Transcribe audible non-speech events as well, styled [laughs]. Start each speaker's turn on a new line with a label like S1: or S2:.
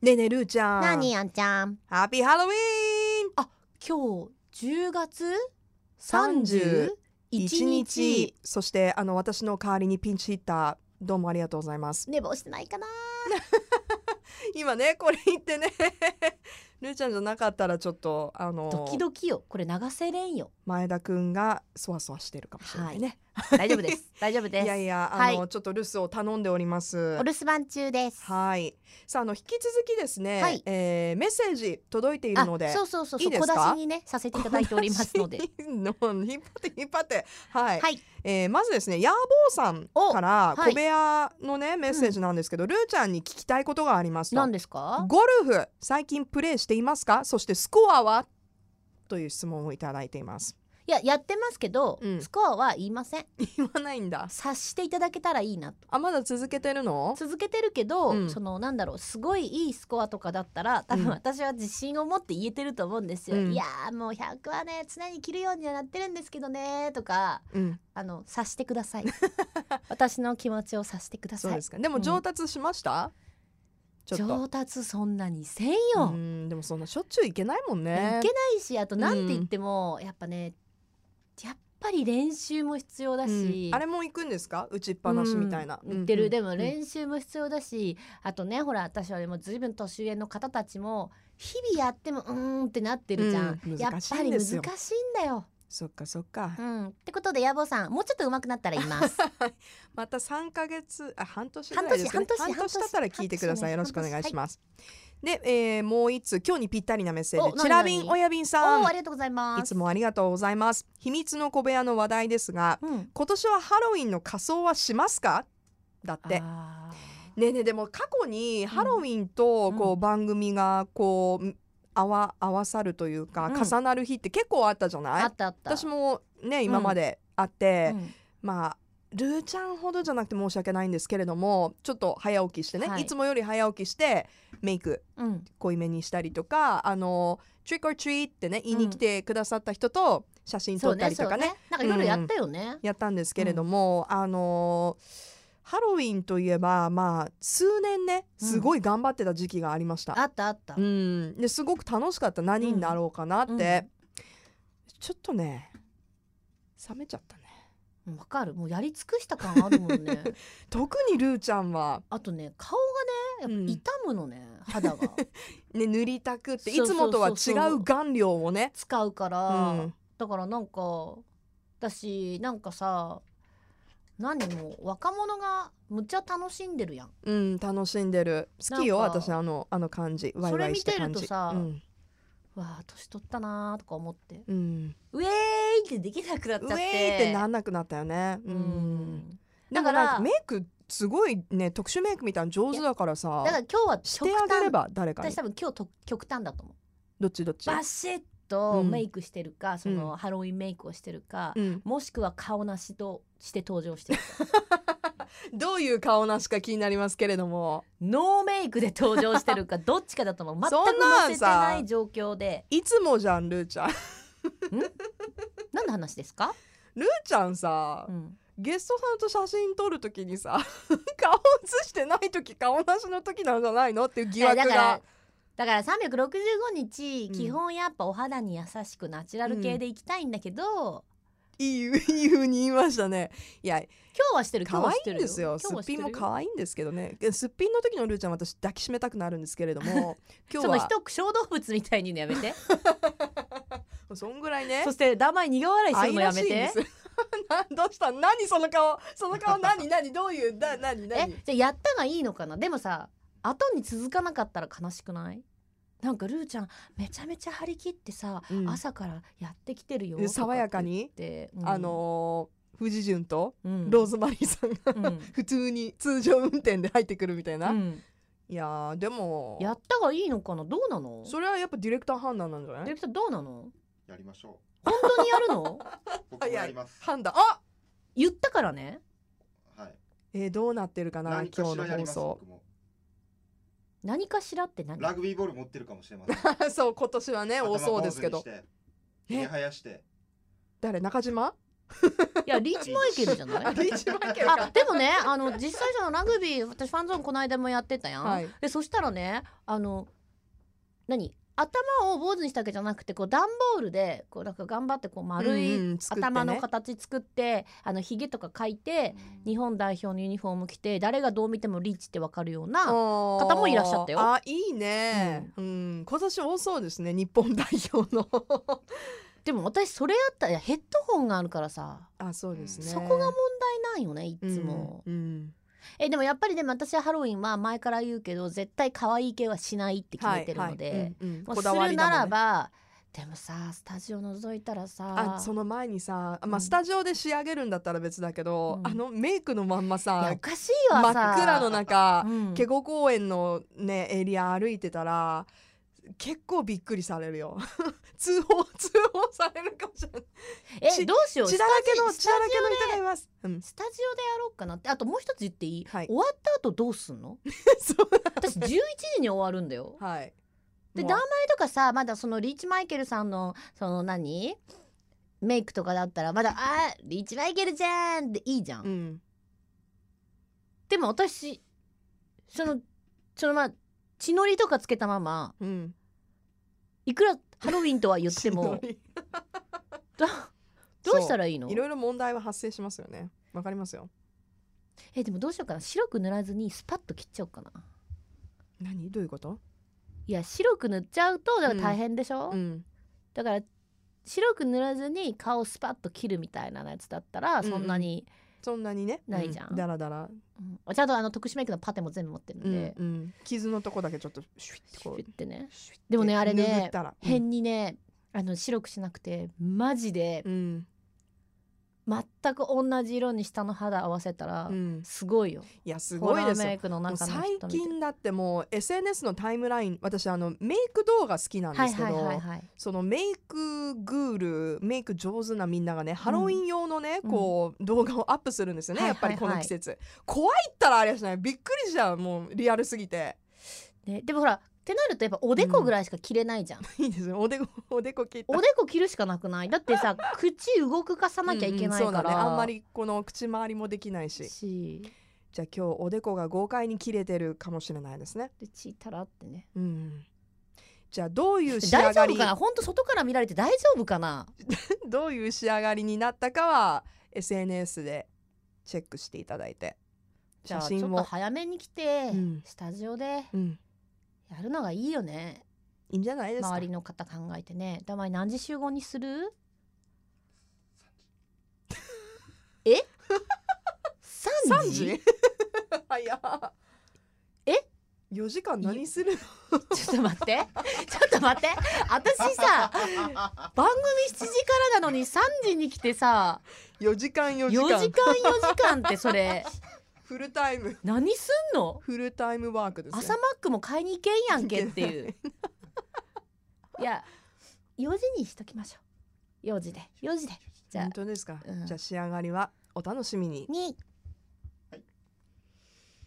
S1: ねえねえるーちゃん
S2: なにやんちゃん
S1: ハッピーハロウィ
S2: 今日10月
S1: ーン
S2: 31
S1: 31
S2: 日
S1: そしてあの私の代わりにピンチヒッターどうもありがとうございます
S2: 寝坊してないかな
S1: 今ねこれ言ってね [laughs] るーちゃんじゃなかったらちょっとあの
S2: ドキドキよこれ流せれんよ
S1: 前田くんがそわそわしてるかもしれないね、
S2: 大丈夫です大丈夫です
S1: [laughs] いやいやあの、ちょっと留守を頼んでおります
S2: お留守番中です
S1: はいさああの引き続きですね、
S2: はい
S1: えーメッセージ届いているので
S2: あそうそうそう
S1: いいう
S2: そ
S1: です
S2: 小
S1: か
S2: 出しにねさせていただいておりますの
S1: [laughs]
S2: で
S1: こんなシーンの引っ張って引っ張ってはい、
S2: はい
S1: えーまずですねヤーボーさん
S2: お
S1: から
S2: はい
S1: 小部屋のね、メッセージなんですけど、ルーちゃんに聞きたいことがありますと
S2: 何ですか
S1: ゴルフ最近プレーしていますかそしてスコアはという質問をいただいています
S2: いややってますけど、
S1: うん
S2: スコアは [laughs] 言いません
S1: 言わないんだ
S2: 察していただけたらいいなと
S1: あまだ続けてるの
S2: 続けてるけど、
S1: うん
S2: そのなんだろうすごいいいスコアとかだったら多
S1: うん
S2: 分私は自信を持って言えてると思うんですよ、
S1: うん
S2: いやーもう100はね常に切るようにはなってるんですけどねとか
S1: うん
S2: あの察してく
S1: [laughs]
S2: ださい私の気持ちを察してくだ
S1: そう
S2: さい
S1: ですかでも上達しました、ちょっと
S2: 上達そんなにせんよ、
S1: う
S2: い
S1: んでもそんなしょっちゅういけないもん
S2: けな
S1: ね
S2: いしあとなんて言っても、やっぱねやっぱり練習も必要だし、
S1: うんあれも行くんですか打ちっぱなしみたいな、
S2: うん言ってる、でも
S1: ん
S2: 練習も必要だし、あとねほら私はでも随分年上の方たちも日々やってもうーんってなってるじゃん、
S1: うん
S2: やっ
S1: 難し
S2: ぱ
S1: いん
S2: り
S1: で
S2: 難
S1: す
S2: しい
S1: よ
S2: んだよ。
S1: そっかそっか、
S2: うん、ってことで野暮さんもうちょっと上手くなったら言い
S1: [laughs]
S2: ます。
S1: また三ヶ月あ半年ぐらいですね
S2: 半年半年
S1: 経ったら聞いてくださいよろ
S2: 半年
S1: しくお願いします、で、えー、もう一通今日にぴったりなメッセー
S2: お
S1: ジ
S2: 何
S1: ちらびん
S2: 何
S1: 親便さ
S2: おお
S1: ん
S2: ありがとうござい
S1: い
S2: ま
S1: つ
S2: す。
S1: もありがとうございます秘密の小部屋の話題ですが
S2: うん、
S1: 今年はハロウィンの仮装はしますかだって
S2: あー
S1: ねえねえでも過去にハロウィンとこう番組がこう合わ合わさるというか
S2: うん
S1: 重なる日って結構あったじゃない、
S2: あったあった。
S1: 私もね今まであって、
S2: うん
S1: まあルーちゃんほどじゃなくて申し訳ないんですけれどもちょっと早起きしてね、、
S2: はいい
S1: つもより早起きしてメイク
S2: うん
S1: 濃いめにしたりとかあの「トリック・オー・トリー」ってね言いに来てくださった人と写真
S2: そ
S1: 撮
S2: う
S1: った
S2: ね
S1: り
S2: そ
S1: と
S2: う
S1: かね
S2: ねなんかいろいろやったよね。
S1: やったんですけれども、あのハロウィンといえばまあ数年ねすごい頑張ってた時期がありました。
S2: あったあった。
S1: うん、ですごく楽しかった何になろうかなって、
S2: うん
S1: ちょっとね冷めちゃったね
S2: うんわかるもうやり尽くした感あるもん
S1: [laughs]
S2: ね。
S1: 特にルーちゃんは、
S2: あとね顔がねやっぱ傷むのね、
S1: [laughs]
S2: 肌が
S1: ね、塗りたくってい
S2: そう
S1: つ
S2: そう
S1: もとは違
S2: そうそう
S1: う顔料をね
S2: 使うか
S1: う
S2: ら。
S1: ん
S2: だからなんか私なんかさ何もう若者がむっちゃ楽しんでるやん
S1: うん、楽しんでる好きよ
S2: なんか
S1: 私あのあの感じワイワ
S2: それ
S1: イ
S2: 見
S1: した
S2: てる
S1: 感
S2: と
S1: じ
S2: さ
S1: うん
S2: わあ年取ったなーとか思って
S1: うん、
S2: ウェーイってできなくなっ
S1: ウ
S2: ち
S1: ェ
S2: ゃって
S1: ーイってなんなくなったよねう
S2: うんん
S1: でも
S2: だから
S1: なんかメイクすごいね特殊メイクみたいなの上手だからさ
S2: だから今日は
S1: してあげれ
S2: 極端
S1: ば誰かに
S2: 私多分今日と極端だと思う
S1: どっちどっち
S2: バシッと
S1: うん
S2: メイクしてるか、そうのハロウィンメイクをしてるか、
S1: うん、
S2: もしくは顔なしとして登場してる [laughs] か
S1: どういう顔なしか気になりますけれども
S2: ノーメイクで登場し
S1: [laughs]
S2: てるかどっちかだと思う全く
S1: そんなん
S2: 載せて
S1: さ
S2: ない状況で
S1: いつもじゃんルーちゃん [laughs] ル
S2: 何の話ですか、
S1: ーちゃんさ
S2: うん
S1: ゲストさんと写真撮るときにさ [laughs] 顔写してないとき顔なしのときなんじゃないのっていう疑惑
S2: いやだか
S1: が
S2: らだから365日、
S1: うん
S2: 基本やっぱお肌に優しくナチュラル系でいきたいんだけど、今
S1: いい [laughs] いい風に言いましたねいや
S2: 日はしてる今
S1: 可
S2: 日は
S1: 愛
S2: して
S1: いん
S2: る
S1: ですよす
S2: 今日は
S1: っ
S2: して
S1: ぴ
S2: る
S1: んも可愛いんですけどねすっぴんの時のルーちゃん私抱きしめたくなるんですけれど
S2: [laughs]
S1: も今日
S2: その
S1: は
S2: 一小動物みたいにやめて
S1: [laughs] そんぐらいね
S2: そして名前苦笑いするのやめ
S1: 愛ら
S2: て
S1: しいんです [laughs] などうした何その顔その
S2: [laughs]
S1: 顔何何どういうだ何
S2: え
S1: 何
S2: じゃあやったがいいのかなでもさ後に続かなかったら悲しくないなんかルーちゃんめちゃめちゃ張り切ってさ、
S1: うん
S2: 朝からやってきてるよ
S1: え爽やか
S2: と
S1: に
S2: って言って、うん
S1: あ、のー、富士潤と
S2: うん、
S1: ローズマリーさんが
S2: うん、
S1: [laughs] 普通に通常運転で入ってくるみたいな、
S2: うん
S1: いやーでも
S2: やったがいいのかなどうなの
S1: それはやっぱディレクター判断なんじゃな
S2: ディレ
S1: い
S2: クターどうなの
S3: やりましょう。
S2: 本当にやるの [laughs]
S3: 僕もやります。
S1: 判断あ
S2: 言ったからね
S3: はい。
S1: えー、どうなってるかな
S3: 何か
S1: 今
S3: し
S1: 日
S3: ら
S1: の
S3: やり
S1: 放
S3: ます。
S1: 送
S3: 僕も
S2: 何かしらって何
S3: ラグビーボール持ってるかもしれませ
S1: [laughs]
S3: [laughs] ん。
S1: そう今年はね多そうですけど
S3: 頭坊主にして。ひげ生やして。
S1: 誰中島 [laughs]
S2: いやリーチマイケルじゃな
S1: あ
S2: い
S1: リーチマイケル
S2: あ
S1: か
S2: でもねあの実際そのラグビー私ファンゾーンこの間もやってたやん、
S1: はい
S2: でそしたらねあの何頭を坊主にしたわけじゃなくてこう段ボールでこうなんか頑張ってこう丸い
S1: うんうん作ってね
S2: 頭の形作ってあのひげとか描いて日本代表のユニフォーム着て誰がどう見てもリーチってわかるような
S1: 方
S2: もいらっしゃったよ
S1: あいいね、うん今年多そうですね日本代表
S2: [laughs]
S1: の
S2: でも私それやったらヘッドホンがあるからさ
S1: あそうですね
S2: そこが問題ないよねいつも、
S1: うんうん
S2: えでもやっぱりでも私はハロウィンは前から言うけど絶対可愛い系はしないって決めてるので、
S1: はいはいうんうん
S2: もう
S1: こ
S2: す
S1: だわ
S2: る
S1: りだ
S2: な
S1: もんね
S2: らば、でもさスタジオ覗いたらさ
S1: あその前にさ、ま
S2: う
S1: あ、
S2: ん
S1: スタジオで仕上げるんだったら別だけど、
S2: うん
S1: あのメイクのまんま
S2: いや
S1: さ
S2: おかしい
S1: 真
S2: わ
S1: っ
S2: さ
S1: 暗の中
S2: うん
S1: ケゴ公園のねエリア歩いてたら結構びっくりされるよ [laughs] 通報通報されるかもしれない
S2: えどうしよう
S1: 血だらけの
S2: ス
S1: 血
S2: タ
S1: だ
S2: ジ
S1: らけの人
S2: スタジ
S1: が
S2: オ
S1: い
S2: で
S1: ます、うん、
S2: スタジオでやろうかなってあともう一つ言っていい、
S1: はい
S2: 終わった後どうすんの
S1: [laughs] そう
S2: 私11時に終わるんだよ
S1: はい
S2: で
S1: もう
S2: ダーマイとかさまだそのリーチマイケルさんのその何メイクとかだったらまだ「あーリーチマイケルじゃん!」でいいじゃん、
S1: うん
S2: でも私そのそのまあ血のりとかつけたまま
S1: うん
S2: いくらハロウィンとは言っ
S1: [laughs]
S2: ても
S1: 血のり
S2: どどうしたらいいの
S1: いろいろ問題は発生しますよねわかりますよ
S2: えでもどうしようかな白く塗らずにスパッと切っちゃおうかな
S1: 何どういうこと
S2: いや白く塗っちゃうとだから大変でしょ、
S1: うん
S2: だから白く塗らずに顔スパッと切るみたいなやつだったらそんなに、
S1: そんなにね
S2: ないじゃん
S1: うダラダラ
S2: うんちゃんとあの特殊メイクのパテも全部持ってるん
S1: うん
S2: で、
S1: うん傷のとこだけちょっとシュイって
S2: シュ
S1: こ
S2: ッ
S1: う
S2: てねでもねあれね
S1: 拭ったらうん
S2: 変にねあの白くしなくてマジで
S1: うん
S2: 全く同じ色に下の肌合わせたら
S1: うん
S2: すごいよ、
S1: いやす
S2: ホ
S1: ごい
S2: ラ
S1: で
S2: ー
S1: すよ
S2: メイクの
S1: もう
S2: 中の
S1: 最
S2: 人みたい
S1: 近だってもう SNS のタイムライン私あのメイク動画好きなんで
S2: はい
S1: すけ
S2: はいは
S1: ど
S2: いはい
S1: そのメイクグールメイク上手なみんながねハロウィン用のね
S2: うん
S1: こう動画をアップするんですよね
S2: は
S1: や
S2: いは
S1: っ
S2: いは
S1: ぱ
S2: い
S1: りこの季節怖いったらあれじゃないびっくりしちゃうもうリアルすぎて
S2: ね、でもほらってなるとやっぱおでこぐらいしか切れないじゃん、
S1: いいですよおでこおでこ切った
S2: おでこ切るしかなくないだってさ口動くかさなきゃいけない
S1: うんうんそ
S2: から、
S1: うだねあんまりこの口周りもできないし
S2: し
S1: じゃあ今日おでこが豪快に切れてるかもしれないですね
S2: で血たらってね
S1: うんじゃあどういう仕上
S2: 大丈
S1: がり
S2: 夫かな本当外から見られて大丈夫かな
S1: [laughs] どういう仕上がりになったかは SNS でチェックしていただいて
S2: じゃ
S1: 写
S2: あち
S1: 真
S2: ょっと
S1: を、
S2: 早めに来て、
S1: うん
S2: スタジオで
S1: うん、
S2: やるのがいいよね
S1: いいんじゃないですか
S2: 周りの方考えてねだまり何時集合にするえ
S1: [laughs]
S2: ?3
S1: 3
S2: 時
S1: 時 [laughs] 早っ
S2: え
S1: 4時間何する
S2: ちょっと待ってちょっと待って私さ番組7時からなのに3時に来てさ
S1: の4時間4
S2: 4
S1: 時
S2: 時間
S1: 間
S2: 4時間ってそれ
S1: フルタイム
S2: 何すんの
S1: フルタイムワークですよ
S2: 朝マックも買いに行けんやんけっていういや4時にしときましょう4時で4時でじゃあ
S1: 本当ですか、
S2: うん
S1: じゃあ仕上がりはお楽しみに
S2: に